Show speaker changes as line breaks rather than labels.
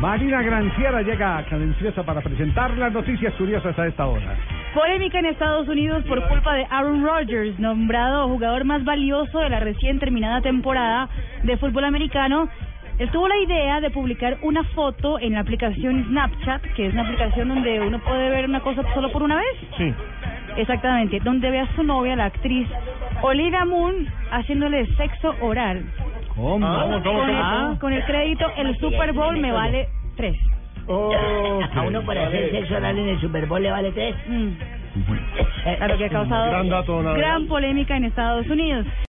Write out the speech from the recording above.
Marina Granciera llega cadenciosa para presentar las noticias curiosas a esta hora.
Ah,
Polémica en Estados Unidos por culpa de Aaron Rodgers, nombrado jugador más valioso de la recién terminada temporada de fútbol americano. Estuvo la idea de publicar una foto en la aplicación Snapchat, que es una aplicación donde uno puede ver una cosa solo por una vez.
Sí.
Exactamente, donde ve a su novia, la actriz Olivia Moon, haciéndole sexo oral.
¿Cómo?
Con el,
Ah,
con el crédito, el Super Bowl me vale tres.
A uno por hacer sexo oral en el Super Bowl le vale tres.
Mm. Claro que ha causado
Eh, Gran dato, la
gran
verdad.
polémica en Estados Unidos.